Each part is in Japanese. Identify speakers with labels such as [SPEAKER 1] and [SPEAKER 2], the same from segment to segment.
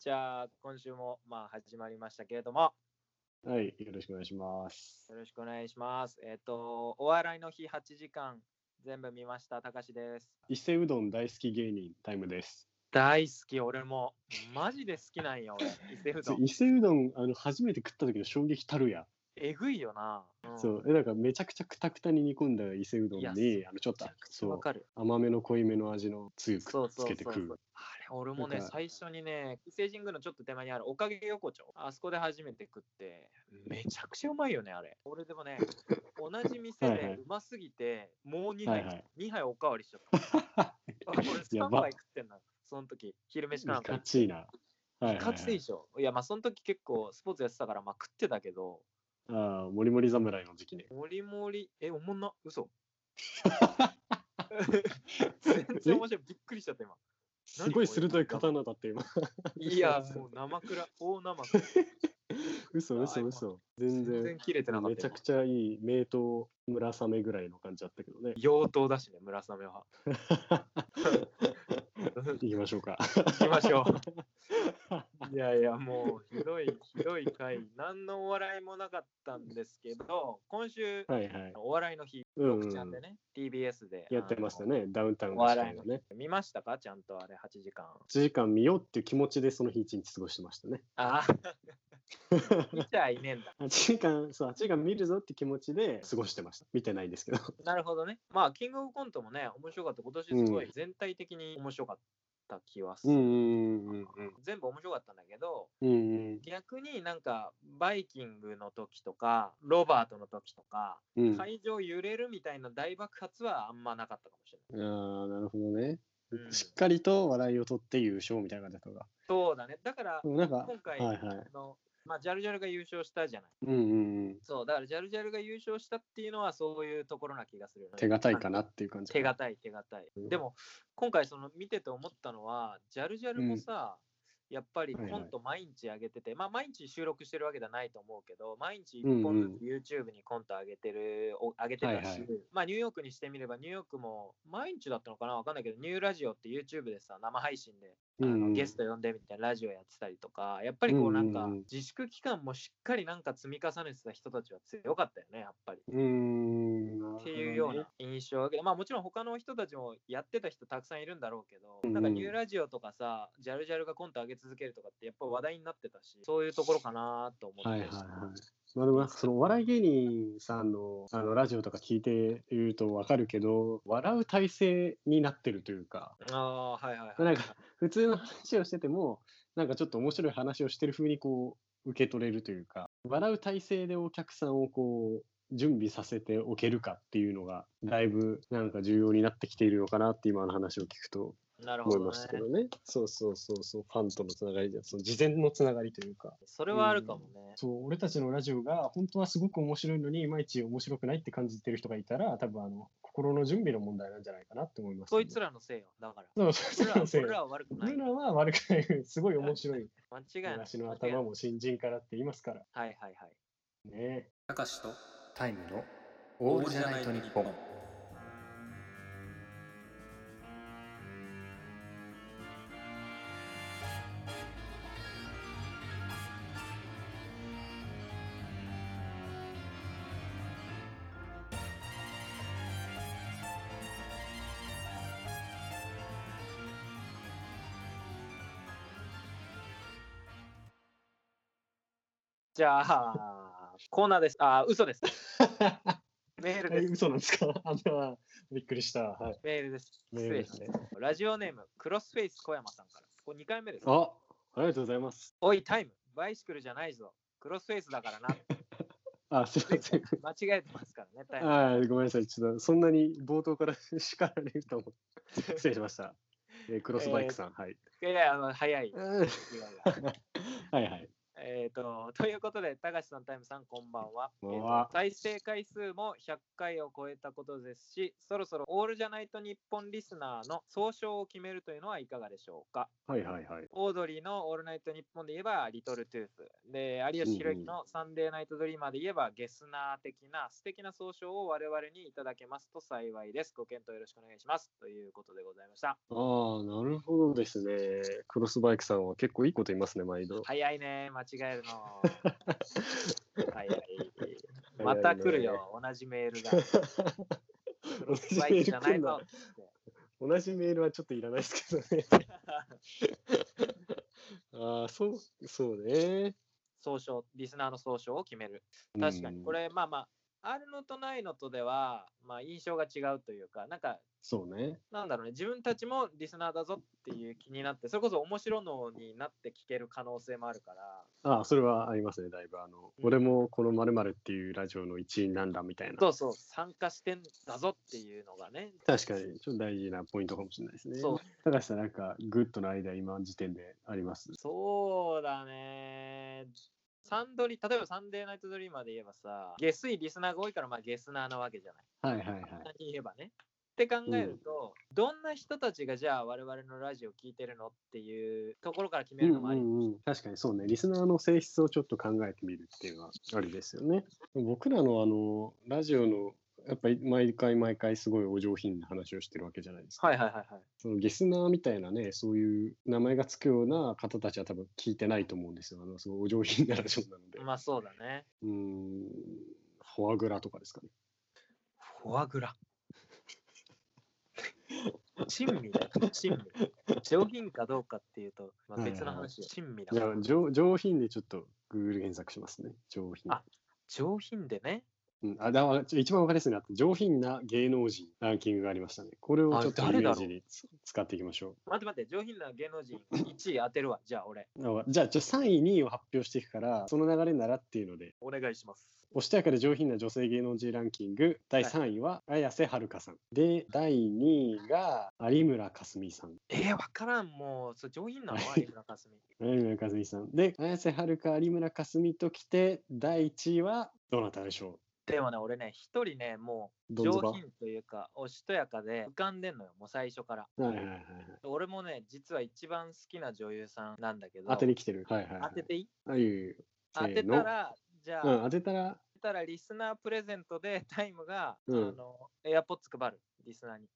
[SPEAKER 1] じゃあ、今週もまあ始まりましたけれども、
[SPEAKER 2] はい、よろしくお願いします。
[SPEAKER 1] よろしくお願いします。えっ、と、お笑いの日8時間、全部見ました、たかしです。
[SPEAKER 2] 伊勢うどん大好き芸人タイムです。
[SPEAKER 1] 大好き、俺も。マジで好きなん や、俺。伊勢うどん。
[SPEAKER 2] 伊勢うどんあの初めて食った時の衝撃たるや。
[SPEAKER 1] えぐいよな。うん
[SPEAKER 2] そう、えだからめちゃくちゃくたくたに煮込んだ伊勢うどん
[SPEAKER 1] いや
[SPEAKER 2] にあのちょっ
[SPEAKER 1] めち
[SPEAKER 2] と
[SPEAKER 1] ゃくちゃ
[SPEAKER 2] そ
[SPEAKER 1] わ
[SPEAKER 2] う
[SPEAKER 1] かる。
[SPEAKER 2] 甘めの濃いめの味のつゆく
[SPEAKER 1] そうそう
[SPEAKER 2] つ
[SPEAKER 1] そ
[SPEAKER 2] け
[SPEAKER 1] う
[SPEAKER 2] て
[SPEAKER 1] そう
[SPEAKER 2] 食う。
[SPEAKER 1] あれ、俺もね、
[SPEAKER 2] なんか
[SPEAKER 1] 最初にね、伊勢神宮のちょっと手前にあるおかげ横丁、あそこで初めて食って、めちゃくちゃうまいよね、あれ。俺でもね、同じ店
[SPEAKER 2] はいはい
[SPEAKER 1] でうますぎて、もう2
[SPEAKER 2] は
[SPEAKER 1] 杯、
[SPEAKER 2] いはい。
[SPEAKER 1] 2杯おかわりしちゃ った。俺
[SPEAKER 2] や
[SPEAKER 1] 3
[SPEAKER 2] ば
[SPEAKER 1] 杯食ってんの、その時、昼飯かなん
[SPEAKER 2] い
[SPEAKER 1] か
[SPEAKER 2] か。ちいな。はいはい、
[SPEAKER 1] かつでしょ。いや、まあ、その時結構スポーツやってたから、まあ、食ってたけど、
[SPEAKER 2] ああ、もりもり侍の時期ね。
[SPEAKER 1] もりもり、え、おもんな、 嘘。全然面白い、びっくりしちゃった今。
[SPEAKER 2] すごい鋭い刀だって 今。
[SPEAKER 1] いや、
[SPEAKER 2] 嘘
[SPEAKER 1] もう生くら、大生くら。
[SPEAKER 2] 嘘
[SPEAKER 1] あ
[SPEAKER 2] 嘘嘘。 全
[SPEAKER 1] 全
[SPEAKER 2] 然
[SPEAKER 1] 然。切れてなかった
[SPEAKER 2] め
[SPEAKER 1] よ。。
[SPEAKER 2] ちゃくちゃいい名刀村雨ぐらいの感じだったけどね
[SPEAKER 1] 妖刀だしね、村雨は。
[SPEAKER 2] 行きましょうか。
[SPEAKER 1] 行きましょ う。いやいや、もう、ひどい、ひどい回。何のお笑いもなかったんですけど、今週、
[SPEAKER 2] はいはい。
[SPEAKER 1] お笑いの日、
[SPEAKER 2] うん、う
[SPEAKER 1] 僕
[SPEAKER 2] ん
[SPEAKER 1] ちゃんでね、TBS で。
[SPEAKER 2] やってましたね、ダウンタウン
[SPEAKER 1] あの。
[SPEAKER 2] の
[SPEAKER 1] お笑い
[SPEAKER 2] 司
[SPEAKER 1] の
[SPEAKER 2] 会のね。
[SPEAKER 1] 日。見ましたかちゃんとあれ、8時間。
[SPEAKER 2] 1時間見ようっていう気持ちでその日一日過ごしてましたね。
[SPEAKER 1] ああ、 見ちゃいねえんだ。
[SPEAKER 2] 8時間、そう、8時間見るぞって気持ちで過ごしてました。見てないんですけど。
[SPEAKER 1] なるほどね。まあ、キングオブコントもね、面白かった。今年すごい全体的に面白かった気はす
[SPEAKER 2] うん
[SPEAKER 1] る。
[SPEAKER 2] うんうんうん
[SPEAKER 1] 全部面白かったんだけど、
[SPEAKER 2] うん
[SPEAKER 1] 逆になんかバイキングの時とかロバートの時とか
[SPEAKER 2] うんうん。あ
[SPEAKER 1] 会場揺れるみたいな大爆発はあんまなかったかもしれ
[SPEAKER 2] あー、なるほどね。
[SPEAKER 1] ない、うん
[SPEAKER 2] しっかりと笑いを取って優勝みたいな感じだったのが。
[SPEAKER 1] そうだねだから
[SPEAKER 2] でもなんか
[SPEAKER 1] 今、回の、
[SPEAKER 2] はいはい。
[SPEAKER 1] まあ、ジャルジャルが優勝したじゃない
[SPEAKER 2] うんうんうん。
[SPEAKER 1] そうだからジャルジャルが優勝したっていうのはそういうところな気がするよね
[SPEAKER 2] 手堅いかなっていう感じ。
[SPEAKER 1] 手。堅い手堅い、
[SPEAKER 2] うん
[SPEAKER 1] でも今回その見てて思ったのはジャルジャルもさ、やっぱりコ
[SPEAKER 2] はいはい
[SPEAKER 1] ント毎日上げてて、まあ毎日収録してるわけじゃないと思うけど毎日
[SPEAKER 2] うんうん
[SPEAKER 1] 1本ずつ YouTube にコント上げてる、お上げてたし、
[SPEAKER 2] はいはい
[SPEAKER 1] まあニューヨークにしてみればニューヨークも毎日だったのかなわかんないけどニューラジオって YouTube でさ生配信であ
[SPEAKER 2] うんう
[SPEAKER 1] の
[SPEAKER 2] ん
[SPEAKER 1] ゲスト呼んでみたいなラジオやってたりとかやっぱりこうなん
[SPEAKER 2] うん
[SPEAKER 1] か
[SPEAKER 2] うんうん
[SPEAKER 1] 自粛期間もしっかりなんか積み重ねてた人たちは強かったよねやっぱり。
[SPEAKER 2] うーん。なるほどね
[SPEAKER 1] っていうような。印象を受けて、まあもちろん他の人たちもやってた人たくさんいるんだろうけど、なんかニューラジオとかさ、ジャルジャルがコント上げ続けるとかってやっぱ話題になってたし、そういうところかなと思って。
[SPEAKER 2] はいはいはい。まあでもなんかそのお笑い芸人さんのあのラジオとか聞いているとわかるけど笑う体制になってるというか
[SPEAKER 1] ああー、はいはいはい。
[SPEAKER 2] なんか普通の話をしててもなんかちょっと面白い話をしてる風にこう受け取れるというか笑う体制でお客さんをこう準備させておけるかっていうのがだいぶなんか重要になってきているのかなって今の話を聞くと
[SPEAKER 1] なるほ
[SPEAKER 2] 思
[SPEAKER 1] ど
[SPEAKER 2] いま
[SPEAKER 1] ね
[SPEAKER 2] したけ。どねそうそうそうそうファンとのつながりでその事前のつながりというか
[SPEAKER 1] それはあるかもね。
[SPEAKER 2] そう、俺たちのラジオが本当はすごく面白いのに、いまいち面白くないって感じてる人がいたら、多分あの、心の準備の問題なんじゃないかなって思います、
[SPEAKER 1] そいつらのせいよ、だから。
[SPEAKER 2] そう、 そいつ
[SPEAKER 1] 俺ら
[SPEAKER 2] らのせい
[SPEAKER 1] 俺らは悪く ない
[SPEAKER 2] 俺。らは悪くない。すごい面白い。
[SPEAKER 1] 間違いない。
[SPEAKER 2] 話の
[SPEAKER 1] 間違いな
[SPEAKER 2] 頭
[SPEAKER 1] い
[SPEAKER 2] も新人からって言いますから。
[SPEAKER 1] はいはいはい。
[SPEAKER 2] ね
[SPEAKER 3] たかしと
[SPEAKER 4] タイムのオールじゃないと日本。
[SPEAKER 1] じゃあ、コーナーです。ああ、嘘 です。メール
[SPEAKER 2] え。は
[SPEAKER 1] で
[SPEAKER 2] い、
[SPEAKER 1] す。
[SPEAKER 2] 嘘なんですかあんな、びっくりした。はい。
[SPEAKER 1] メールです。
[SPEAKER 2] メ
[SPEAKER 1] 失
[SPEAKER 2] ール
[SPEAKER 1] 礼
[SPEAKER 2] で
[SPEAKER 1] します
[SPEAKER 2] ね。
[SPEAKER 1] ラジオネーム、クロスフェイス小山さんから。これ2回目です。
[SPEAKER 2] あ、ありがとうございます。
[SPEAKER 1] おい、タイム、バイシクルじゃないぞ。クロスフェイスだからな。
[SPEAKER 2] あ、すいません。
[SPEAKER 1] 間違えてますからね、タイム。
[SPEAKER 2] あーごめんなさい。ちょっと、そんなに冒頭から 叱られると思って。失礼しました。えークロスバイクさん、はい。
[SPEAKER 1] いやいや、あの早い。
[SPEAKER 2] はい
[SPEAKER 1] いやいや
[SPEAKER 2] はい。
[SPEAKER 1] えー、とということで、高橋さん、タイムさん、こんばんは。
[SPEAKER 2] こんばんは
[SPEAKER 1] えーと再生回数も100回を超えたことですし、そろそろオールじゃないと日本リスナーの総称を決めるというのはいかがでしょうか。
[SPEAKER 2] はいはいはい。
[SPEAKER 1] オードリーのオールナイトニッポンで言えば、リトルトゥース。で、有吉弘行のサンデーナイトドリーマーで言えば、ゲスナー的な素敵な総称を我々にいただけますと幸いです。ご検討よろしくお願いします。ということでございました。
[SPEAKER 2] ああ、なるほどですね。クロスバイクさんは結構いいこと言いますね、毎度。
[SPEAKER 1] 早いね、間違えるの。早い。また来るよ、同じメールが。クロスバイクじゃない ぞ。
[SPEAKER 2] 同じメールはちょっといらないですけどね。 ああ、そう、そうね。
[SPEAKER 1] 総称、リスナーの総称を決める。確か
[SPEAKER 2] う
[SPEAKER 1] に、
[SPEAKER 2] ん
[SPEAKER 1] こ。れ、まあまあ、あるのとないのとでは、まあ、印象が違うというか、なんか、
[SPEAKER 2] そうね。
[SPEAKER 1] なんだろうね、自分たちもリスナーだぞっていう気になって、それこそ面白のになって聞ける可能性もあるから、
[SPEAKER 2] ああ、それはありますね、だいぶ。あの、
[SPEAKER 1] うん
[SPEAKER 2] 俺もこの〇〇っていうラジオの一員なんだみたいな。
[SPEAKER 1] そうそう、参加してんだぞっていうのがね、
[SPEAKER 2] 確かに、ちょっと大事なポイントかもしれないですね。
[SPEAKER 1] そう
[SPEAKER 2] 高橋さん、なんか、グッドなアイデア、今の時点であります。
[SPEAKER 1] そうだね。サンドリ、例えばサンデーナイトドリーマーで言えばさ、下水リスナーが多いから、まあ下スナーなわけじゃない。
[SPEAKER 2] はいはいはい。
[SPEAKER 1] 簡単に言えばね。って考えると、どんな人たちがじゃあ我々のラジオ聞いてるのっていうところから決めるのもあり、
[SPEAKER 2] うんうんうん、確かにそうね、リスナーの性質をちょっと考えてみるっていうのはあれですよね。僕らのあの、ラジオの、やっぱり毎回毎回すごいお上品な話をしてるわけじゃないですか。
[SPEAKER 1] はいはいはいはい。
[SPEAKER 2] そのゲスナーみたいなね、そういう名前がつくような方たちは多分聞いてないと思うんですよ。あの、すごいお上品なラジオなので。
[SPEAKER 1] まあそうだね。
[SPEAKER 2] うーん、フォアグラとかですかね。
[SPEAKER 1] フォアグラ。 珍味だよ、珍味。上品かどうかっていうと、まあ、別の話よ。珍味だ
[SPEAKER 2] じゃ
[SPEAKER 1] から
[SPEAKER 2] あ、上上品でちょっと Google 検索しますね。上品。
[SPEAKER 1] あ上品でね。
[SPEAKER 2] うん、あだからちょ一番わかりやすいなって上品な芸能人ランキングがありましたね。これをちょっ
[SPEAKER 1] あ
[SPEAKER 2] とイ
[SPEAKER 1] 誰
[SPEAKER 2] メ
[SPEAKER 1] だろう
[SPEAKER 2] ージにつ使っていきましょ
[SPEAKER 1] 待って待って、上品な芸能人1位当てるわ。じゃあ俺、
[SPEAKER 2] う。あじゃあ、じゃあ3位、2位を発表していくから、その流れならっていうので、
[SPEAKER 1] お願いします。
[SPEAKER 2] おしとやかで上品な女性芸能人ランキング、第3位は綾瀬はるかさん。で、第2位が有村架純さん。
[SPEAKER 1] えー、わからん、もう、それ上品なの有村架純。
[SPEAKER 2] 有村架純さん。で、綾瀬はるか、有村架純ときて、第1位はどなたでしょ
[SPEAKER 1] でもね、俺ね、一人ね、も
[SPEAKER 2] う
[SPEAKER 1] う
[SPEAKER 2] どん
[SPEAKER 1] 上
[SPEAKER 2] ずば。はい
[SPEAKER 1] 品というか、おしとやかで浮かんでんのよ、もう最初から。
[SPEAKER 2] はいはいはい。
[SPEAKER 1] 俺もね、実は一番好きな女優さんなんだけど、
[SPEAKER 2] 当てに来てる。はいはい、は
[SPEAKER 1] 当
[SPEAKER 2] い。
[SPEAKER 1] てていい
[SPEAKER 2] あいいよいいよ
[SPEAKER 1] 当てたら、じゃ
[SPEAKER 2] せ
[SPEAKER 1] あ
[SPEAKER 2] ー、のうん、当てたら、
[SPEAKER 1] 当てたらリスナープレゼント でタイムが、
[SPEAKER 2] うん
[SPEAKER 1] あの、エアポッツ配る、リスナーに。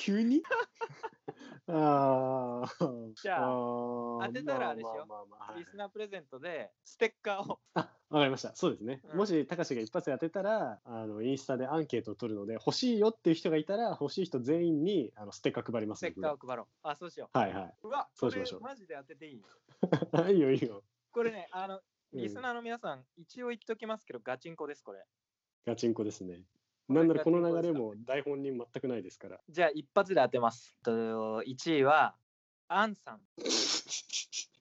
[SPEAKER 2] 急に ああ。
[SPEAKER 1] じゃあ
[SPEAKER 2] 当
[SPEAKER 1] 当てたらあれしよう
[SPEAKER 2] まあまあまあはい
[SPEAKER 1] リスナープレゼントで、ステッカーを。
[SPEAKER 2] あ、わかりました。そうですね。
[SPEAKER 1] うん
[SPEAKER 2] もし、たかしが一発で当てたら、あの、インスタでアンケートを取るので、欲しいよっていう人がいたら、欲しい人全員に、あの、ステッカー配りま
[SPEAKER 1] ス
[SPEAKER 2] す
[SPEAKER 1] テ
[SPEAKER 2] の
[SPEAKER 1] ッ
[SPEAKER 2] で。
[SPEAKER 1] カーを配ろう。あ、そうしよ
[SPEAKER 2] はいは
[SPEAKER 1] う。うわ、
[SPEAKER 2] そ
[SPEAKER 1] こ
[SPEAKER 2] うし
[SPEAKER 1] れ
[SPEAKER 2] ましょう
[SPEAKER 1] マジで当てていい
[SPEAKER 2] い。い いよいいよ。
[SPEAKER 1] これね、あの、
[SPEAKER 2] うん
[SPEAKER 1] リスナーの皆さん、一応言っときますけど、ガチンコです、これ。
[SPEAKER 2] ガチンコですね。
[SPEAKER 1] これ
[SPEAKER 2] なんならこの
[SPEAKER 1] ガチンコです
[SPEAKER 2] 流れ
[SPEAKER 1] か
[SPEAKER 2] も台本に全くないですから。
[SPEAKER 1] じゃあ、一発で当てます。と1位は、アンさん。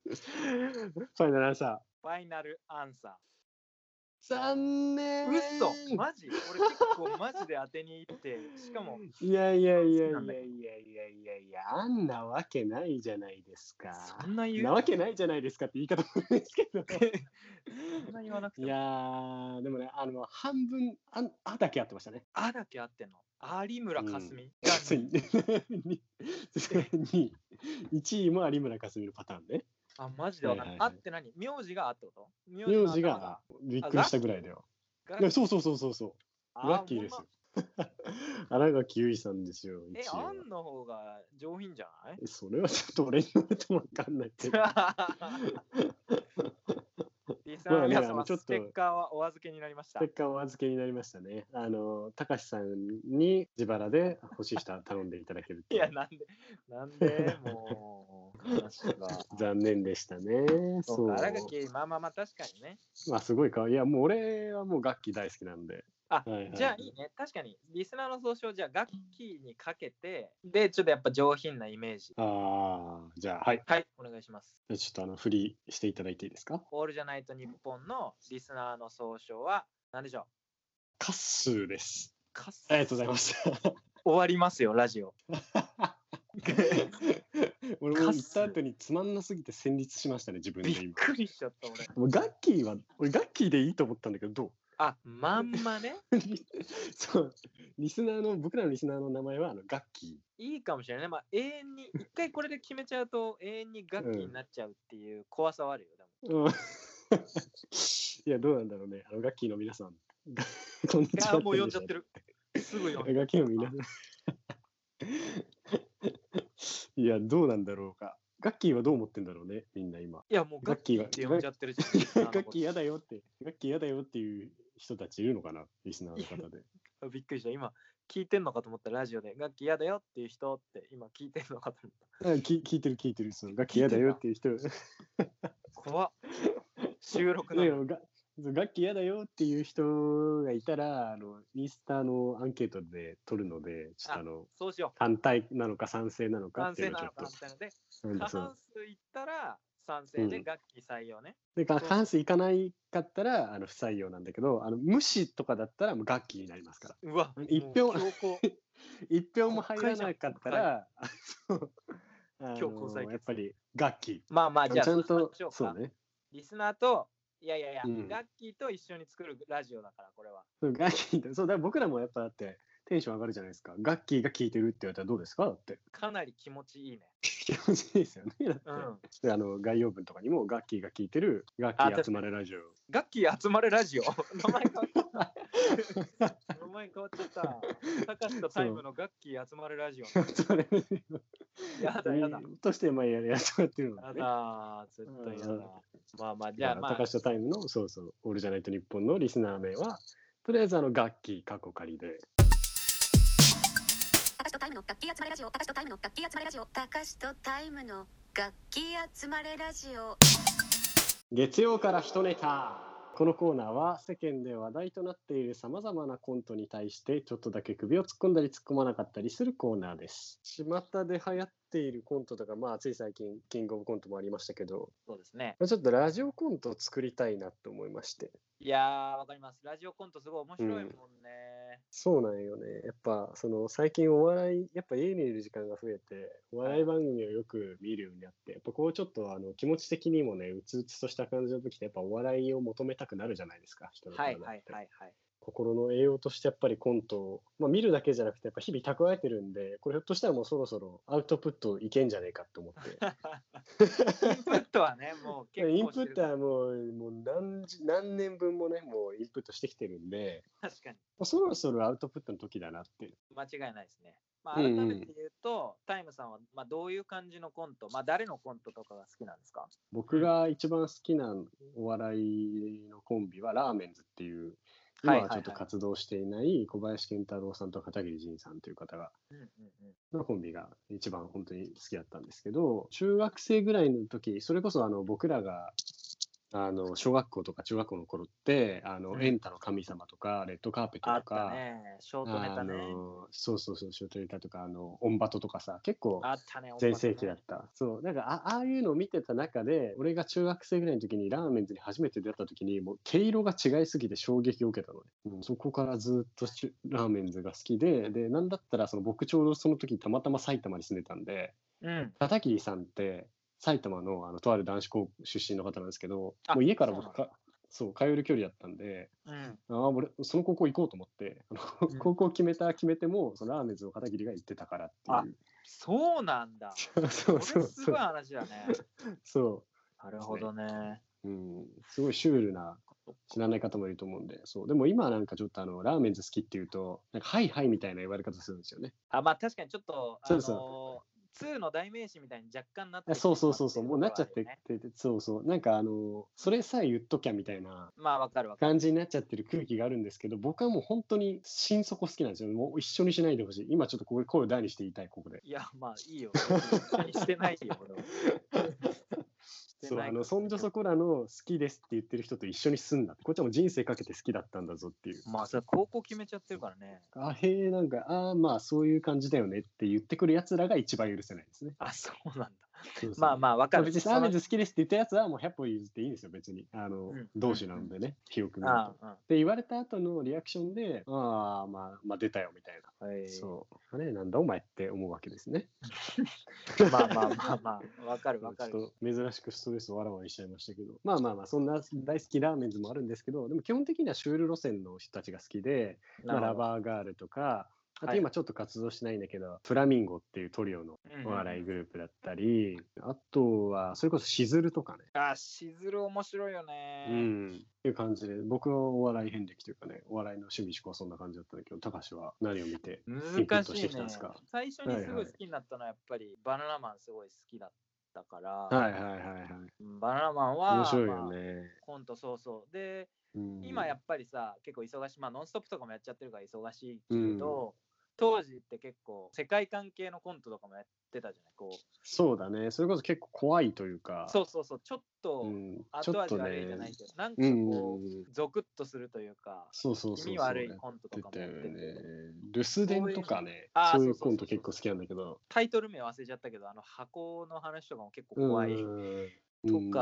[SPEAKER 2] ファイナルアンサ
[SPEAKER 1] ファイナルアンサ
[SPEAKER 2] ー。残
[SPEAKER 1] ー。
[SPEAKER 2] 念
[SPEAKER 1] うっそマジ俺結構マジで当てに行って、しかも、
[SPEAKER 2] いやいやいやい
[SPEAKER 1] 好
[SPEAKER 2] や
[SPEAKER 1] きないんだ
[SPEAKER 2] や
[SPEAKER 1] け
[SPEAKER 2] いやいやいやいや、あんなわけないじゃないですか。
[SPEAKER 1] そんな言う
[SPEAKER 2] なわけないじゃないですかって言い方もあれですけど。
[SPEAKER 1] そんな言わなくて
[SPEAKER 2] い
[SPEAKER 1] も
[SPEAKER 2] やー、でもね、あの、半分、あんあだけ合ってましたね。
[SPEAKER 1] あだけあってんの。有村架純が
[SPEAKER 2] ついににに1位も有村架純のパターンね。
[SPEAKER 1] あ、マジでわかんない。
[SPEAKER 2] はいはいはい
[SPEAKER 1] あって何名字があってこと名
[SPEAKER 2] 名字
[SPEAKER 1] の頭
[SPEAKER 2] がびっくりしたぐらいだよ。
[SPEAKER 1] が
[SPEAKER 2] いやそうそうそうそうそう。
[SPEAKER 1] あ
[SPEAKER 2] ラッキーですよ。新垣結衣さんですよ。
[SPEAKER 1] え、
[SPEAKER 2] 一位は
[SPEAKER 1] アンの方が上品じゃない
[SPEAKER 2] それはちょっと俺に言われてもわかんないけど。
[SPEAKER 1] リサーの皆
[SPEAKER 2] まあねあの
[SPEAKER 1] 様、
[SPEAKER 2] ちょっと
[SPEAKER 1] ステッカーはお預けになりました。
[SPEAKER 2] 結果お預けになりましたね。あの、たかしさんに自腹で欲しい人は頼んでいただけると
[SPEAKER 1] いや、なんで、なんで、もう、話 が。
[SPEAKER 2] 残念でしたね。
[SPEAKER 1] そ
[SPEAKER 2] そうう
[SPEAKER 1] か、荒垣、まあまあまあ、確かにね。
[SPEAKER 2] まあ、すごいか。いや、もう俺はもう楽器大好きなんで。
[SPEAKER 1] あ
[SPEAKER 2] はいはい
[SPEAKER 1] じゃあいいね、確かに、リスナーの総称、じゃあ、楽器にかけて、で、ちょっとやっぱ上品なイメージ。
[SPEAKER 2] ああ、じゃあ、はい。
[SPEAKER 1] はい、お願いします。
[SPEAKER 2] じゃあちょっとあの、振りしていただいていいですか
[SPEAKER 1] オールじゃないと日本のリスナーの総称は何でしょう
[SPEAKER 2] カッスーです。
[SPEAKER 1] かっす
[SPEAKER 2] ありがとうございました。
[SPEAKER 1] 終わりますよ、ラジオ。
[SPEAKER 2] 俺も行った後につまんなすぎて戦慄しましたね、自分で
[SPEAKER 1] びっ
[SPEAKER 2] 今。
[SPEAKER 1] くりしちゃった、俺。
[SPEAKER 2] もうガッキーは、俺ガッキーでいいと思ったんだけど、どう
[SPEAKER 1] あ、まんまね。
[SPEAKER 2] そう、リスナーの、僕らのリスナーの名前は、あの、ガッキ
[SPEAKER 1] いいかもしれない。まあ、永遠に、一回これで決めちゃうと、永遠に楽器になっちゃうっていう怖さはあるよ。でも
[SPEAKER 2] ー。うんいや、どうなんだろうね。あの、ガッキーの皆さん。こん にち
[SPEAKER 1] い
[SPEAKER 2] は。
[SPEAKER 1] や、もう呼んじゃってる。すぐ呼んじゃう
[SPEAKER 2] ガッキーの皆さん。いや、どうなん だろうか。ガッキーはどう思ってんだろうね、みんな今。
[SPEAKER 1] いや、もう楽器って呼んじゃってるじゃん。
[SPEAKER 2] ガッキー嫌だよって、ガッキー嫌だよっていう人たちいるのかな、リスナーの 方で。
[SPEAKER 1] あびっくりした。今、聞いてんのかと思ったラジオで、楽器嫌だよっていう人って、今聞いてんのかと思っ
[SPEAKER 2] あ聞聞いてる聞いてる、そうガッキー嫌だよっていう人。
[SPEAKER 1] た。怖っ。収録な
[SPEAKER 2] だけ
[SPEAKER 1] の。
[SPEAKER 2] どが楽器嫌だよっていう人がいたらあのインスタのアンケートで取るのでちょっとあの
[SPEAKER 1] そうしよう。
[SPEAKER 2] 反対なのか賛成なのか
[SPEAKER 1] 賛
[SPEAKER 2] ってい
[SPEAKER 1] 成
[SPEAKER 2] うのを
[SPEAKER 1] な
[SPEAKER 2] ち
[SPEAKER 1] の
[SPEAKER 2] ょっ
[SPEAKER 1] かみたいなので、
[SPEAKER 2] とうん
[SPEAKER 1] 過
[SPEAKER 2] そう
[SPEAKER 1] 半数いったら賛成
[SPEAKER 2] う
[SPEAKER 1] で
[SPEAKER 2] ん
[SPEAKER 1] 楽器採用ね。
[SPEAKER 2] で過半数いかないかったらあの不採用なんだけどあの無視とかだったらもう楽器になりますから
[SPEAKER 1] うわ、
[SPEAKER 2] 一票
[SPEAKER 1] もう強行。
[SPEAKER 2] 一票も入らなかったらそうあ
[SPEAKER 1] 強行採
[SPEAKER 2] の
[SPEAKER 1] 決
[SPEAKER 2] やっぱり楽器
[SPEAKER 1] まあまあ、じ
[SPEAKER 2] ち
[SPEAKER 1] ゃあ、
[SPEAKER 2] ゃん
[SPEAKER 1] そうしま
[SPEAKER 2] と
[SPEAKER 1] しょうか
[SPEAKER 2] そうね
[SPEAKER 1] リスナーと、いやいやいや、
[SPEAKER 2] うん
[SPEAKER 1] ガッキーと一緒に作るラジオだから、これは。
[SPEAKER 2] そう楽器そうだから僕らもやっぱだってテンション上がるじゃないですか楽器が聴いてるって言われたらどうですかだって
[SPEAKER 1] かなり気持ちいいね。
[SPEAKER 2] 気持ちいいですよねだって、
[SPEAKER 1] うん。
[SPEAKER 2] であの概要文とかにもガッキーが聴いてるガッキー集まれラジオ
[SPEAKER 1] ガッキー集まれラジオ。名前変わっちゃった。名前変わっちゃった。たかしとタイムのガッキー集まれラジオ。
[SPEAKER 2] 集まれラジ
[SPEAKER 1] や
[SPEAKER 2] オ
[SPEAKER 1] だやだ。
[SPEAKER 2] としてまあやりやまってるの
[SPEAKER 1] や
[SPEAKER 2] がね
[SPEAKER 1] だ、絶対やだ
[SPEAKER 2] うん。
[SPEAKER 1] まあまあ、じ
[SPEAKER 2] じゃ
[SPEAKER 1] ゃ
[SPEAKER 2] あ
[SPEAKER 1] あまあ
[SPEAKER 2] 高、下タイムのそうそう「俺じゃないと日本」のリスナー名はとりあえずあのガッキー過去仮で
[SPEAKER 3] たかしとタイムの楽器集まれラジオたかしとタイムの楽器集まれラジオたかしとタイムの楽器集まれラジオ
[SPEAKER 2] 月曜から一ネタこのコーナーは世間で話題となっているさまざまなコントに対してちょっとだけ首を突っ込んだり突っ込まなかったりするコーナーです。巷で流行っているコントとかまあつい最近キングオブコントもありましたけど
[SPEAKER 1] そうですね。
[SPEAKER 2] ちょっとラジオコントを作りたいなと思いまして。
[SPEAKER 1] いやー、わかります。ラジオコントすごい面白いもんね。
[SPEAKER 2] そうなんよね。やっぱ、その、最近お笑い、やっぱ家にいる時間が増えて、お笑い番組をよく見るようになって、やっぱこうちょっと、あの、気持ち的にもね、うつうつとした感じの時って、やっぱお笑いを求めたくなるじゃないですか、人の
[SPEAKER 1] はい
[SPEAKER 2] 体
[SPEAKER 1] はい
[SPEAKER 2] って
[SPEAKER 1] はいはい。
[SPEAKER 2] 心の栄養としてやっぱりコントを、まあ見るだけじゃなくて、やっぱ日々蓄えてるんで、これひょっとしたらもうそろそろアウトプットいけんじゃねえかって思 って。
[SPEAKER 1] インプットはね、もう結構
[SPEAKER 2] インプ
[SPEAKER 1] して
[SPEAKER 2] ッ
[SPEAKER 1] るか
[SPEAKER 2] ト
[SPEAKER 1] ら
[SPEAKER 2] はもう、もう何十、何年分もね、もうインプットしてきてるんで、
[SPEAKER 1] 確かに。
[SPEAKER 2] もうそろそろアウトプットの時だなって。
[SPEAKER 1] 間違いないですね。まあ、
[SPEAKER 2] うんう
[SPEAKER 1] 改
[SPEAKER 2] ん
[SPEAKER 1] めて言うと、タイムさんは、まあ、どういう感じのコント、まあ、誰のコントとかが好きなんですか
[SPEAKER 2] 僕が一番好きなお笑いのコンビはラーメンズっていう今
[SPEAKER 1] はいはい
[SPEAKER 2] はちょっと活動していない小林健太郎さんと片桐仁さんという方が
[SPEAKER 1] うんうんうん。
[SPEAKER 2] のコンビが一番本当に好きだったんですけど中学生ぐらいの時それこそあの僕らがあの小学校とか中学校の頃って「あ
[SPEAKER 1] う
[SPEAKER 2] の
[SPEAKER 1] ん
[SPEAKER 2] エンタの神様」とか「レッドカーペット」
[SPEAKER 1] あ
[SPEAKER 2] と
[SPEAKER 1] った
[SPEAKER 2] か。
[SPEAKER 1] ね。ショートネタ
[SPEAKER 2] あ
[SPEAKER 1] ね。
[SPEAKER 2] のそうそうそう、ショートネタとか、あの、オンバトとかさ、結構、
[SPEAKER 1] あったね。
[SPEAKER 2] 全盛期だ
[SPEAKER 1] っ
[SPEAKER 2] った。そう。なんかあ、ああいうのを見てた中で、俺が中学生ぐらいの時にラーメンズに初めて出会った時に、もう毛色が違いすぎて衝撃を受けたのね。うんそこからずっとしラーメンズが好きで、で、なんだったらその僕ちょうどその時たまたま埼玉に住んでたんで、
[SPEAKER 1] た。うん。
[SPEAKER 2] 片桐さんって埼玉のあのとある男子校出身の方なんですけど、
[SPEAKER 1] あ
[SPEAKER 2] もう家から
[SPEAKER 1] そ
[SPEAKER 2] 僕
[SPEAKER 1] う
[SPEAKER 2] か、そう、通える距離だったんで、
[SPEAKER 1] うん。
[SPEAKER 2] ああ、俺、その高校行こうと思って、あの
[SPEAKER 1] うん
[SPEAKER 2] 高校決めた決めても、そのラーメンズの片桐が行ってたからっていう。
[SPEAKER 1] そうなんだ。
[SPEAKER 2] そ
[SPEAKER 1] これすごい話 だね。
[SPEAKER 2] そう。
[SPEAKER 1] なるほどね。
[SPEAKER 2] うん、すごいシュールな知らない方もいると思うんで、そう。でも今はなんかちょっとあの、ラーメンズ好きっていうと、なんかはいはいみたいな言われ方するんですよね。
[SPEAKER 1] あ、まあ確かにちょっと、あ
[SPEAKER 2] そ
[SPEAKER 1] の
[SPEAKER 2] う
[SPEAKER 1] ー、
[SPEAKER 2] そう
[SPEAKER 1] 2の代名詞みたいに若干なって
[SPEAKER 2] あ
[SPEAKER 1] きて
[SPEAKER 2] そうそうそうそう、
[SPEAKER 1] し
[SPEAKER 2] も
[SPEAKER 1] ま
[SPEAKER 2] うなっちゃって
[SPEAKER 1] る
[SPEAKER 2] て
[SPEAKER 1] ね、
[SPEAKER 2] そうそう。なんかあの、それさえ言っときゃみたいな
[SPEAKER 1] まあわかるわかる。
[SPEAKER 2] 感じになっちゃってる空気があるんですけど、僕はもう本当に心底好きなんですよ。もう一緒にしないでほしい。今ちょっとここで声を大にして言いたい、ここ で。
[SPEAKER 1] いや、まあいいよ。別にしてないよ、 俺は。して
[SPEAKER 2] そう、
[SPEAKER 1] ない
[SPEAKER 2] あ
[SPEAKER 1] から
[SPEAKER 2] の、そんじょそこらの好きですって言ってる人と一緒に住んだって、こっちはもう人生かけて好きだったんだぞっていう。
[SPEAKER 1] まあそれ高校決めちゃってるからね。
[SPEAKER 2] あへえ、なんか、ああ、まあ、そういう感じだよねって言ってくるやつらが一番許せないですね。
[SPEAKER 1] あ、そうなんだ。
[SPEAKER 2] そうそう
[SPEAKER 1] まあまあ、わか
[SPEAKER 2] まあ
[SPEAKER 1] る。
[SPEAKER 2] 別にサーメンズ好きですって言ったやつはもう100歩譲っていいんですよ、別に。あの、
[SPEAKER 1] うん
[SPEAKER 2] 同志なんでね、広く見ると。
[SPEAKER 1] あ
[SPEAKER 2] っ
[SPEAKER 1] あ、
[SPEAKER 2] て言われた後のリアクションで、ああ、まあ、まあ出たよみたいな。
[SPEAKER 1] うん。はい
[SPEAKER 2] そう。あれ、なんだお前って思うわけですね。
[SPEAKER 1] まあまあまあまあ、わかるわか
[SPEAKER 2] ちょ
[SPEAKER 1] る。
[SPEAKER 2] っと珍しくストレスをわらわにしちゃいましたけど、まあまあまあ、そんな大好きラーメンズもあるんですけど、でも基本的にはシュール路線の人たちが好きで、まあ、ラバーガールとか、あ
[SPEAKER 1] は
[SPEAKER 2] と
[SPEAKER 1] い
[SPEAKER 2] 今ちょっと活動してないんだけど、フラミンゴっていうトリオのお笑いグループだったり、あとはそれこそしずるとかね、
[SPEAKER 1] あ、しずる面白いよね。
[SPEAKER 2] うん、っていう感じで、僕はお笑い遍歴というかね、お笑いの趣味思考はそんな感じだったんだけど、高橋は何を見て、インプ
[SPEAKER 1] 難
[SPEAKER 2] ット
[SPEAKER 1] しいね
[SPEAKER 2] してきたんですか。
[SPEAKER 1] 最初にす
[SPEAKER 2] は
[SPEAKER 1] ご
[SPEAKER 2] い
[SPEAKER 1] い
[SPEAKER 2] は
[SPEAKER 1] 好
[SPEAKER 2] い
[SPEAKER 1] きになったのはやっぱりバナナマンすごい好きだったから、
[SPEAKER 2] はいはいはいは
[SPEAKER 1] う
[SPEAKER 2] い。
[SPEAKER 1] んバナナマンは
[SPEAKER 2] 面白いよ
[SPEAKER 1] まあ
[SPEAKER 2] ね。
[SPEAKER 1] コントそうそう。で、
[SPEAKER 2] うん
[SPEAKER 1] 今やっぱりさ、結構忙しい、まあ、ノンストップとかもやっちゃってるから忙しいけど、当時って結構世界関係のコントとかもやってたじゃない。こう
[SPEAKER 2] そうだね、それこそ結構怖いというか、
[SPEAKER 1] そうそうそう、ちょっと
[SPEAKER 2] うんち
[SPEAKER 1] 後
[SPEAKER 2] ょっ
[SPEAKER 1] 味
[SPEAKER 2] と
[SPEAKER 1] 悪いじゃ
[SPEAKER 2] ね
[SPEAKER 1] ないけど、なんか
[SPEAKER 2] う
[SPEAKER 1] こ
[SPEAKER 2] ん
[SPEAKER 1] う、ゾクッとするというか、
[SPEAKER 2] そうそうそうそう。
[SPEAKER 1] 気味悪いコントと
[SPEAKER 2] 出
[SPEAKER 1] かも
[SPEAKER 2] た
[SPEAKER 1] やっ
[SPEAKER 2] よ
[SPEAKER 1] て
[SPEAKER 2] ね
[SPEAKER 1] て。。
[SPEAKER 2] 留守電とかね
[SPEAKER 1] あ、ー
[SPEAKER 2] そうい
[SPEAKER 1] そうそうそ
[SPEAKER 2] う
[SPEAKER 1] う
[SPEAKER 2] コント結構好きなんだけど。
[SPEAKER 1] タイトル名忘れちゃったけど、あの箱の話とかも結構怖いと
[SPEAKER 2] うん。
[SPEAKER 1] か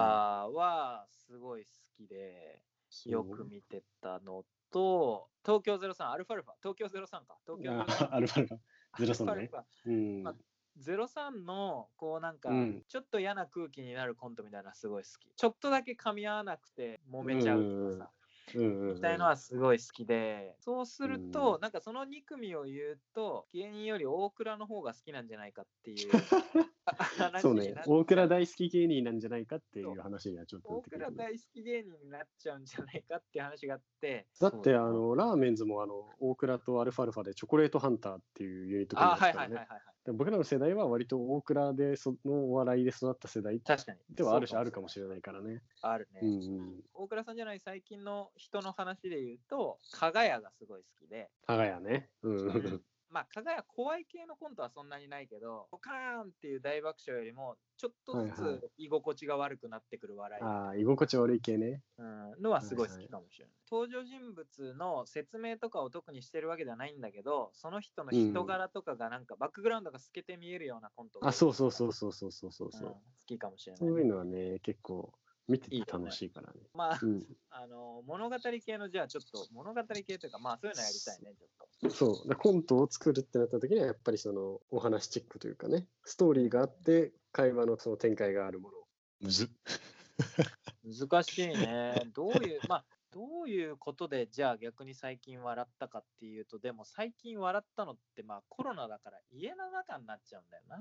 [SPEAKER 1] はすごい好きで、
[SPEAKER 2] そう
[SPEAKER 1] よく見てたのと、東京03、アルファルファ、東京03か、東京
[SPEAKER 2] あアルファルファ。ゼロさんね。
[SPEAKER 1] ァ。
[SPEAKER 2] うん。
[SPEAKER 1] まあ03のこうなんか
[SPEAKER 2] うん
[SPEAKER 1] ちょっと嫌な空気になるコントみたいなのすごい好きちょっとだけ噛み合わなくて揉めちゃうとかさみ
[SPEAKER 2] み
[SPEAKER 1] たいのはすごい好きでそうする
[SPEAKER 2] う
[SPEAKER 1] と
[SPEAKER 2] ん
[SPEAKER 1] なんかその2組を言うと芸人より大倉の方が好きなんじゃないかって いう話
[SPEAKER 2] そう
[SPEAKER 1] に
[SPEAKER 2] ね
[SPEAKER 1] なっ。
[SPEAKER 2] 大倉大好き芸人なんじゃないかっていう話にはちょっとなっ
[SPEAKER 1] 大
[SPEAKER 2] てくる
[SPEAKER 1] 倉
[SPEAKER 2] よね。
[SPEAKER 1] 大好き芸人になっちゃうんじゃないかっていう話があって
[SPEAKER 2] だってあのラーメンズもあの大倉とアルファルファでチョコレートハンターっていうユニット組ん
[SPEAKER 1] あ
[SPEAKER 2] で
[SPEAKER 1] は
[SPEAKER 2] た
[SPEAKER 1] い
[SPEAKER 2] か
[SPEAKER 1] は
[SPEAKER 2] ら
[SPEAKER 1] いはいは
[SPEAKER 2] ね
[SPEAKER 1] い。はい
[SPEAKER 2] で僕らの世代は割と大倉でそのお笑いで育った世代
[SPEAKER 1] 確かに
[SPEAKER 2] ではあるしあるかも
[SPEAKER 1] れ
[SPEAKER 2] しれないから
[SPEAKER 1] な
[SPEAKER 2] ね。
[SPEAKER 1] いあるね、
[SPEAKER 2] うんうん。
[SPEAKER 1] 大倉さんじゃない最近の人の話で言うと加賀谷がすごい好きで
[SPEAKER 2] 加賀屋ね。うん。
[SPEAKER 1] まあ、かがや怖い系のコントはそんなにないけど、ポカーンっていう大爆笑よりも、ちょっとず
[SPEAKER 2] はいはい
[SPEAKER 1] つ居心地が悪くなってくる笑い、
[SPEAKER 2] ああ、居心地悪い系ね。
[SPEAKER 1] うん、のはすごい好きかもしれない。登場人物の説明とかを特にしてるわけではないんだけど、その人の人柄とかがなんかバックグラウンドが透けて見えるようなコントが
[SPEAKER 2] あ、そうそうそうそうそうそうそう
[SPEAKER 1] うん
[SPEAKER 2] そう、
[SPEAKER 1] 好きかもしれ
[SPEAKER 2] そうい
[SPEAKER 1] な
[SPEAKER 2] う
[SPEAKER 1] い。
[SPEAKER 2] のはね、結構見て
[SPEAKER 1] いい
[SPEAKER 2] て
[SPEAKER 1] よね
[SPEAKER 2] 楽しいからね。
[SPEAKER 1] まあ、
[SPEAKER 2] うん
[SPEAKER 1] あの物語系のじゃあちょっと物語系というかまあそういうのやりたいねちょっと
[SPEAKER 2] そう。だコントを作るってなった時には、やっぱりそのお話チックというかね、ストーリーがあって、会話のその展開があるもの。むず
[SPEAKER 1] 難しいね。どういう、まあ、どういうことで、じゃあ逆に最近笑ったかっていうと、でも最近笑ったのって、まあコロナだから家の中になっちゃうんだよな。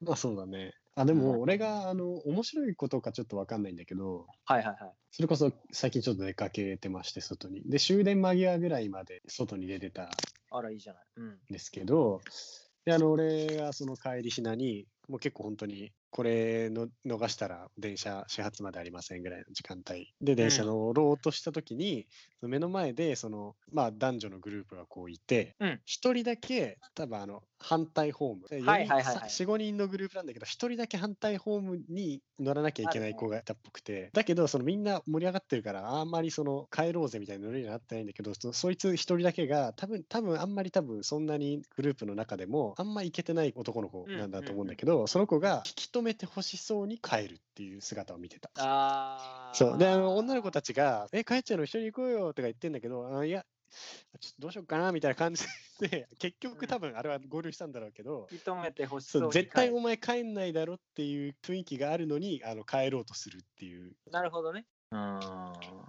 [SPEAKER 2] まあそうだね。あ、でも俺が、あの、面白いことかちょっとわかんないんだけど、
[SPEAKER 1] はいはいはい。
[SPEAKER 2] それこそ最近ちょっと出かけてまして、外に。で、終電間際ぐらいまで外に出てた
[SPEAKER 1] あら、いいじゃない。うん。
[SPEAKER 2] ですけど、であの俺がその帰りひなに、もう結構本当に、これの逃したら電車始発までありませんぐらいの時間帯で電車乗ろうとした時に、その目の前でその、まあ、男女のグループがこういて
[SPEAKER 1] うん
[SPEAKER 2] 一、人だけ多分あの反対ホームで
[SPEAKER 1] はいはいはいはい
[SPEAKER 2] 45人のグループなんだけど一人だけ反対ホームに乗らなきゃいけない子がいたっぽくてだけどそのみんな盛り上がってるからあんまりその帰ろうぜみたいに乗れるようになってないんだけどそそいつ一人だけが多分多分あんまり多分そんなにグループの中でもあんまいけてない男の子なんだと思うんだけど、その子が引き止めてほしそうに帰るっていう姿を見てた。
[SPEAKER 1] あー
[SPEAKER 2] そうであの女の子たちが「え帰っちゃうの一緒に行こうよ」とか言ってんだけど「あいやちょっとどうしようかな」みたいな感じで結局多分あれは合流したんだろうけど、
[SPEAKER 1] 引き止めてほしそう
[SPEAKER 2] そう
[SPEAKER 1] に
[SPEAKER 2] 絶対
[SPEAKER 1] 帰
[SPEAKER 2] お
[SPEAKER 1] る
[SPEAKER 2] 前帰んないだろっていう雰囲気があるのにあの帰ろうとするっていう
[SPEAKER 1] なるほどね。うーん。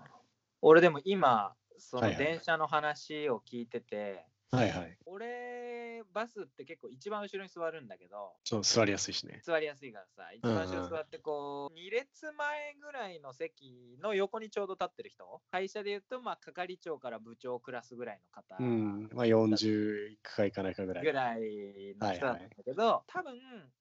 [SPEAKER 1] 俺でも今、そ
[SPEAKER 2] は
[SPEAKER 1] の
[SPEAKER 2] いはい
[SPEAKER 1] 電車の話を聞いてて、
[SPEAKER 2] はいはい
[SPEAKER 1] 俺、バスって結構一番後ろに座るんだけど、
[SPEAKER 2] そう座りやすいしね
[SPEAKER 1] 座りやすいからさ、一番後ろ座ってこう、2列前ぐらいの席の横にちょうど立ってる人、会社で言うと、まあ、係長から部長クラスぐらいの方
[SPEAKER 2] うんまあ40いくかいかないかぐらい
[SPEAKER 1] ぐらいの人だったんだけど、多分、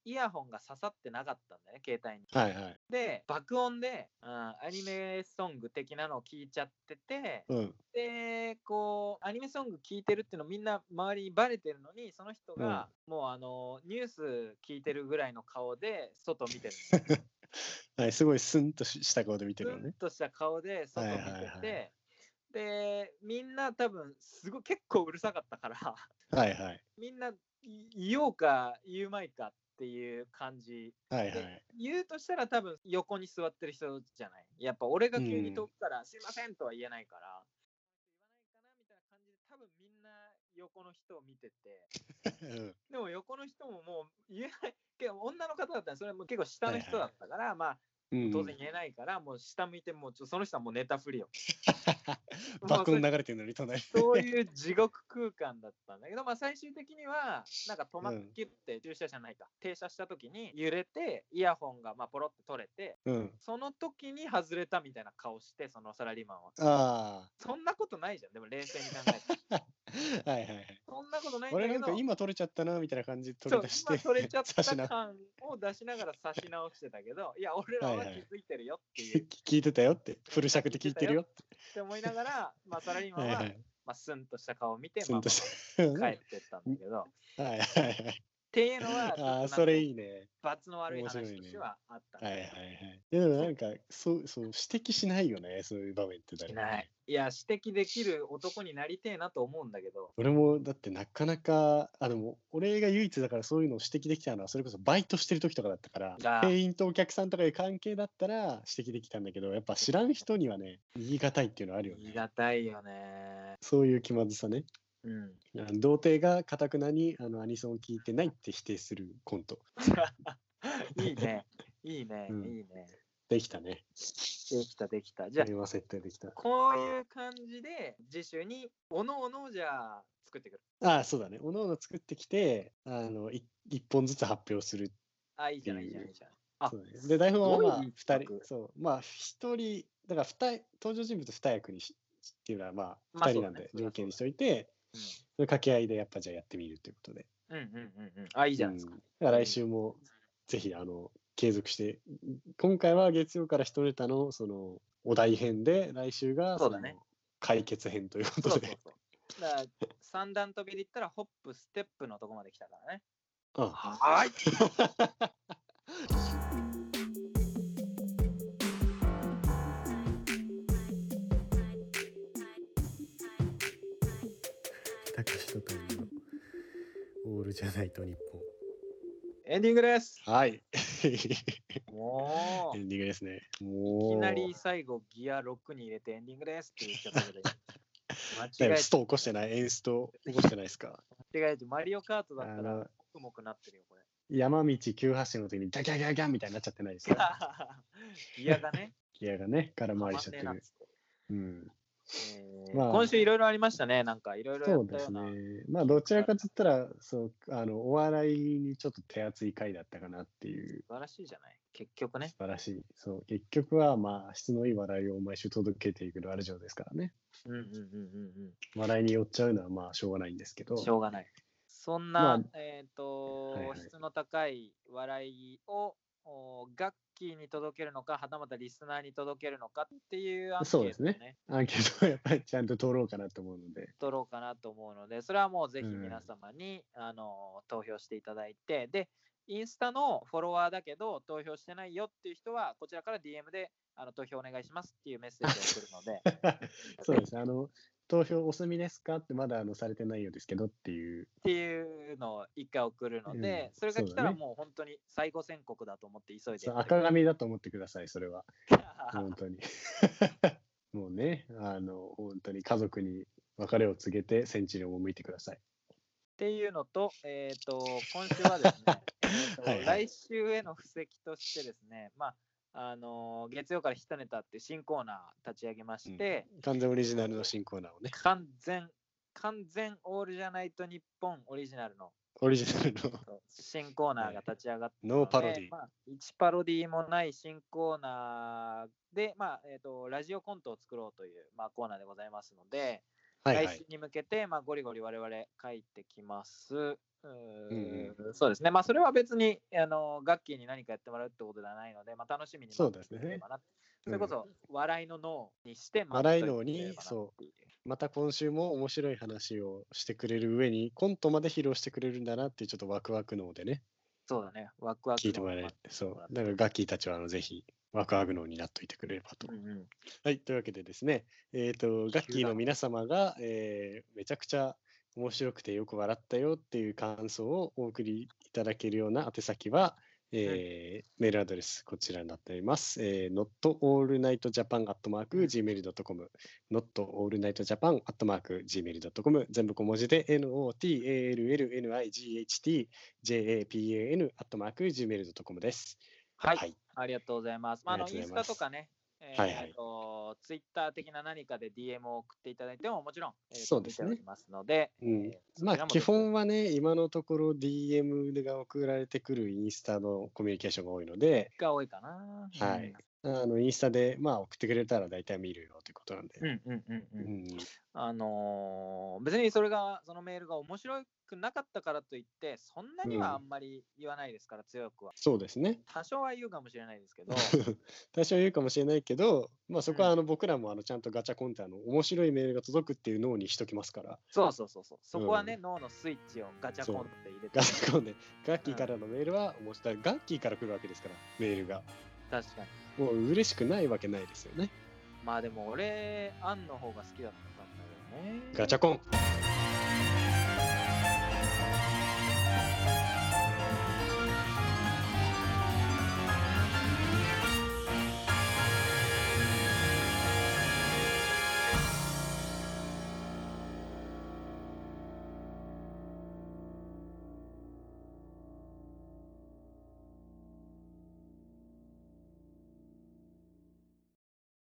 [SPEAKER 1] イヤホンが刺さってなかったんだね、携帯に。
[SPEAKER 2] はいはい
[SPEAKER 1] で、爆音で、うん、アニメソング的なのを聞いちゃってて、
[SPEAKER 2] うん
[SPEAKER 1] で、こう、アニメソング聞いてるっていうのみんな周りにバレてるのに、その人が、もうあの、ニュース聞いてるぐらいの顔で、外見 てるんだよ
[SPEAKER 2] はいすごいスンとしした顔で見て
[SPEAKER 1] ツ
[SPEAKER 2] るよ
[SPEAKER 1] ン
[SPEAKER 2] ね
[SPEAKER 1] とした顔で外見てて、
[SPEAKER 2] はいはいは
[SPEAKER 1] でみんな多分すごい結構うるさかったから
[SPEAKER 2] はいはい
[SPEAKER 1] みんない言おうか言うまいかっていう感じ
[SPEAKER 2] はいはい。
[SPEAKER 1] 言うとしたら多分横に座ってる人じゃないやっぱ俺が急に遠くから「すいません」とは言えないから言わないかなみたいな感じで多分みんな横の人を見てて
[SPEAKER 2] うん
[SPEAKER 1] でも横の人ももう言えないけど女の方だったらそれも結構下の人だったから、まあ
[SPEAKER 2] うん
[SPEAKER 1] 当 然言えないから、もう下向いてもうちょその人はもう寝たふりを
[SPEAKER 2] 爆音流れてるのに隣。
[SPEAKER 1] そういう地獄空間だったんだけど、まあ、最終的には、なんか止まって、って駐車じゃないか、停車した時に揺れて、イヤホンがまあポロって取れて、
[SPEAKER 2] うん。
[SPEAKER 1] その時に外れたみたいな顔して、そのサラリーマンは。
[SPEAKER 2] あ
[SPEAKER 1] そんなことないじゃん、でも冷静に考え て。
[SPEAKER 2] あ。はいはいはい。
[SPEAKER 1] そんなことないんだ
[SPEAKER 2] 俺
[SPEAKER 1] けど、
[SPEAKER 2] なんか今取れちゃったなみたいな感じで取
[SPEAKER 1] そ
[SPEAKER 2] り
[SPEAKER 1] う
[SPEAKER 2] 出して。
[SPEAKER 1] 今取れちゃっ
[SPEAKER 2] 差
[SPEAKER 1] た
[SPEAKER 2] しな
[SPEAKER 1] 感を出しながら差し直してたけど、いや、俺らは気づいてるよっていう、
[SPEAKER 2] 聞いてたよって。フル尺で聞いてるよって。
[SPEAKER 1] って思いなが ら、まあ、サラリーマ
[SPEAKER 2] は
[SPEAKER 1] ン
[SPEAKER 2] い
[SPEAKER 1] は、
[SPEAKER 2] はい。
[SPEAKER 1] まあ、スンとした顔を見て、
[SPEAKER 2] ツンとした。
[SPEAKER 1] まあ
[SPEAKER 2] うん
[SPEAKER 1] まあ
[SPEAKER 2] は
[SPEAKER 1] 帰
[SPEAKER 2] い
[SPEAKER 1] ってったんだけど、っ
[SPEAKER 2] はいはい。
[SPEAKER 1] ていうのは、ちょっと
[SPEAKER 2] あ
[SPEAKER 1] な
[SPEAKER 2] あ、
[SPEAKER 1] んか
[SPEAKER 2] それいいね。
[SPEAKER 1] 罰の悪い
[SPEAKER 2] 面白い
[SPEAKER 1] 話
[SPEAKER 2] ね
[SPEAKER 1] としてはあった
[SPEAKER 2] はい
[SPEAKER 1] ね、
[SPEAKER 2] はいはい。でもなんか、そう、そう、指摘しないよね、そういう場面って誰
[SPEAKER 1] し
[SPEAKER 2] も
[SPEAKER 1] ない。いや、指摘できる男になりてえなと思うんだけど、
[SPEAKER 2] 俺もだってなかなか、あ、でも俺が唯一だからそういうのを指摘できたのは、それこそバイトしてる時とかだったから、
[SPEAKER 1] あー
[SPEAKER 2] 店員とお客さんとかいう関係だったら指摘できたんだけど、やっぱ知らん人にはね、言い難いっていうのはあるよ
[SPEAKER 1] 言い
[SPEAKER 2] ね。
[SPEAKER 1] 難いよね。
[SPEAKER 2] そういう気まずさね。
[SPEAKER 1] うん。
[SPEAKER 2] あの童貞がかたくなにあのアニソンを聞いてないって否定するコント。
[SPEAKER 1] いいね。 いいね。
[SPEAKER 2] うん
[SPEAKER 1] いいね。
[SPEAKER 2] できたね。
[SPEAKER 1] できた、できた。じ
[SPEAKER 2] こ
[SPEAKER 1] ゃあ
[SPEAKER 2] れ、は設定できた。
[SPEAKER 1] こういう感じで、次週に、おのおのじゃあ、作ってくる。
[SPEAKER 2] ああ、そうだね。おのおの作ってきて、あの、い一本ずつ発表する
[SPEAKER 1] あ、いいじゃない、いいじゃない、いいじゃない。あ
[SPEAKER 2] そうねで台本はまあ
[SPEAKER 1] すごいいい
[SPEAKER 2] 2
[SPEAKER 1] 企
[SPEAKER 2] 人そうまあ1人だから二人登場人物2役にしっていうのはまあ
[SPEAKER 1] まあ
[SPEAKER 2] 2人なんで
[SPEAKER 1] そうだね
[SPEAKER 2] 条件にしといて、
[SPEAKER 1] うん
[SPEAKER 2] その掛け合いでやっぱじゃあやってみるということで
[SPEAKER 1] うんうんうんうん。あ、いいじゃないですか
[SPEAKER 2] うん。だから来週もぜひあの継続して今回は月曜から一ネタのそのお題編で来週が
[SPEAKER 1] そうだね
[SPEAKER 2] の解決編という
[SPEAKER 1] そ
[SPEAKER 2] こ
[SPEAKER 1] うそ
[SPEAKER 2] と
[SPEAKER 1] う
[SPEAKER 2] で
[SPEAKER 1] そう。だから、三段飛びで言ったら、ホップ、ステップのとこまで来たからね。
[SPEAKER 2] うん
[SPEAKER 1] はい。
[SPEAKER 4] たかしとというオールじゃないと日本
[SPEAKER 1] エンディングです。
[SPEAKER 2] はい エ
[SPEAKER 1] もう
[SPEAKER 2] ンディングですね
[SPEAKER 1] い
[SPEAKER 2] もう
[SPEAKER 1] きなり最後ギア6に入れてエンディングですって言っちゃったけ ど
[SPEAKER 2] だ
[SPEAKER 1] 間
[SPEAKER 2] か
[SPEAKER 1] 違
[SPEAKER 2] ら
[SPEAKER 1] え
[SPEAKER 2] スト起こしてないエンスト起こしてないですか
[SPEAKER 1] て間違えてマリオカートだった
[SPEAKER 2] あ
[SPEAKER 1] ら
[SPEAKER 2] の
[SPEAKER 1] もくもくなってるよ これ
[SPEAKER 2] 山道急発進の時にギャギャギャギャみたいになっちゃってないです か
[SPEAKER 1] ギアがね
[SPEAKER 2] ギアがね、空
[SPEAKER 1] は
[SPEAKER 2] 回
[SPEAKER 1] ま
[SPEAKER 2] り
[SPEAKER 1] ん
[SPEAKER 2] しちゃっ
[SPEAKER 1] ね
[SPEAKER 2] て
[SPEAKER 1] えなっ
[SPEAKER 2] る
[SPEAKER 1] つ。って
[SPEAKER 2] うん。
[SPEAKER 1] えー
[SPEAKER 2] まあ
[SPEAKER 1] 今週いろいろありましたねなんかいろいろや
[SPEAKER 2] そ
[SPEAKER 1] っ
[SPEAKER 2] う
[SPEAKER 1] た
[SPEAKER 2] で
[SPEAKER 1] よ
[SPEAKER 2] す
[SPEAKER 1] う
[SPEAKER 2] ね
[SPEAKER 1] な。
[SPEAKER 2] まあ、どちらかといったら、そう、あの、お笑いにちょっと手厚い回だったかなっていう、
[SPEAKER 1] 素晴らしいじゃない結局ね
[SPEAKER 2] 素晴らしい。そう、結局は、まあ、質のいい笑いを毎週届けていくのある上ですからね。
[SPEAKER 1] うんうんうんうん
[SPEAKER 2] 笑いに寄っちゃうのは、まあ、しょうがないんですけ
[SPEAKER 1] う
[SPEAKER 2] ど
[SPEAKER 1] ん。しょうがないそんな、
[SPEAKER 2] まあ
[SPEAKER 1] えっ、と、
[SPEAKER 2] はいはい
[SPEAKER 1] 質の高い笑いをおガッキーに届けるのかはたまたリスナーに届けるのかっていうアンケート
[SPEAKER 2] そう
[SPEAKER 1] を
[SPEAKER 2] ですねアンケートはやっぱりちゃんと通ろうかなと思うので。
[SPEAKER 1] 取ろうかなと思うので、それはもうぜひ
[SPEAKER 2] うん
[SPEAKER 1] 皆様に、あの投票していただいて、で、インスタのフォロワーだけど投票してないよっていう人は、こちらから DM であの投票お願いしますっていうメッセージを送るので、
[SPEAKER 2] そうです。あの、投票お済みですかって、まだ、あの、されてないようですけどっていう。
[SPEAKER 1] っていうのを一回送るので、
[SPEAKER 2] うん
[SPEAKER 1] それが来た
[SPEAKER 2] そうだ
[SPEAKER 1] ら
[SPEAKER 2] ね
[SPEAKER 1] もう本当に最後宣告だと思って急いで
[SPEAKER 2] そ
[SPEAKER 1] や
[SPEAKER 2] う
[SPEAKER 1] ってく
[SPEAKER 2] 赤
[SPEAKER 1] ださい。
[SPEAKER 2] 髪だと思ってください、それは。 本当に。 もうね、あの、本当に家族に別れを告げて、戦地に赴いてください。
[SPEAKER 1] っていうのと、えっ、と、今週はです ね、えーと
[SPEAKER 2] はいはい
[SPEAKER 1] 来週への布石としてですね、まあ、あのー月曜からヒットネタっていう新コーナー立ち上げまして、
[SPEAKER 2] 完全オリジナルの新コーナーをね、
[SPEAKER 1] 完全、完全オールじゃないと日本オリジナルの
[SPEAKER 2] オリジナルの
[SPEAKER 1] 新コーナーが立ち上がって、
[SPEAKER 2] ノーパロディ。
[SPEAKER 1] まあ、1パロディもない新コーナーで、まあえっとラジオコントを作ろうという、まあ、コーナーでございますので、
[SPEAKER 2] はいは
[SPEAKER 1] 来週
[SPEAKER 2] い。
[SPEAKER 1] に向けて、まあ、ゴリゴリ我々書いてきます。うー
[SPEAKER 2] うん
[SPEAKER 1] んそうですね、まあ、それは別にあの楽器に何かやってもらうってことではないので、まあ、楽しみに
[SPEAKER 2] そう
[SPEAKER 1] 待っ
[SPEAKER 2] で
[SPEAKER 1] て
[SPEAKER 2] すね
[SPEAKER 1] いただければなそれこそ、笑いの脳にして、まあ
[SPEAKER 2] 笑い脳に
[SPEAKER 1] といていただければな
[SPEAKER 2] そう
[SPEAKER 1] っていう
[SPEAKER 2] また今週も面白い話をしてくれる上に、コントまで披露してくれるんだなっていうちょっとワクワク脳でね、
[SPEAKER 1] そうだね、ワクワク。
[SPEAKER 2] 聞いてもらえる。そう。だからガッキーたちは、あの、ぜひ、ワクワク脳になっておいてくれればと
[SPEAKER 1] うんうん
[SPEAKER 2] はい、というわけでですね、えっ、と、ガッキーの皆様が、えーめちゃくちゃ面白くてよく笑ったよっていう感想をお送りいただけるような宛先は、えーメールアドレスこちらになっております。えー、notallnightjapan.gmail.com notallnightjapan.gmail.com 全部小文字で notallnightjapan.gmail.com です。
[SPEAKER 1] はい、
[SPEAKER 2] はい
[SPEAKER 1] ありがとうございます。まあ、あの
[SPEAKER 2] あり
[SPEAKER 1] イン
[SPEAKER 2] がと
[SPEAKER 1] スタ
[SPEAKER 2] うございます
[SPEAKER 1] とかね、え
[SPEAKER 2] はいはい
[SPEAKER 1] ーとツイッター的な何かで DM を送っていただいてももちろん、えーと
[SPEAKER 2] そうですね
[SPEAKER 1] 見ておりますので、
[SPEAKER 2] うん
[SPEAKER 1] えー
[SPEAKER 2] まあ
[SPEAKER 1] そちらも
[SPEAKER 2] 基本はね、今のところ DM が送られてくるインスタのコミュニケーションが多いので、
[SPEAKER 1] が多いかな。
[SPEAKER 2] はいあのインスタでまあ送ってくれたら大体見るよということなんで
[SPEAKER 1] う。んうんうんうんうん
[SPEAKER 2] うん
[SPEAKER 1] あのー別にそれがそのメールが面白くなかったからといってそんなにはあんまり言わないですから、強くは
[SPEAKER 2] そうですね。
[SPEAKER 1] 多少は言うかもしれないですけ ど
[SPEAKER 2] 多少言うかもしれないけど、まあ、そこはあの僕らもあのちゃんとガチャコンってあの面白いメールが届くっていう脳にしときますから、
[SPEAKER 1] そうそうそうそうそこはね、
[SPEAKER 2] う
[SPEAKER 1] 脳のスイッチをガチャコンって入れて
[SPEAKER 2] ガチャコンでガッキーからのメールは面白い。ガッキーから来るわけですから、メールが。
[SPEAKER 1] 確かに
[SPEAKER 2] もう嬉しくないわけないですよね。
[SPEAKER 1] まあでも俺アンの方が好きだったんだよね
[SPEAKER 2] ガチャコン。
[SPEAKER 1] ガチャコン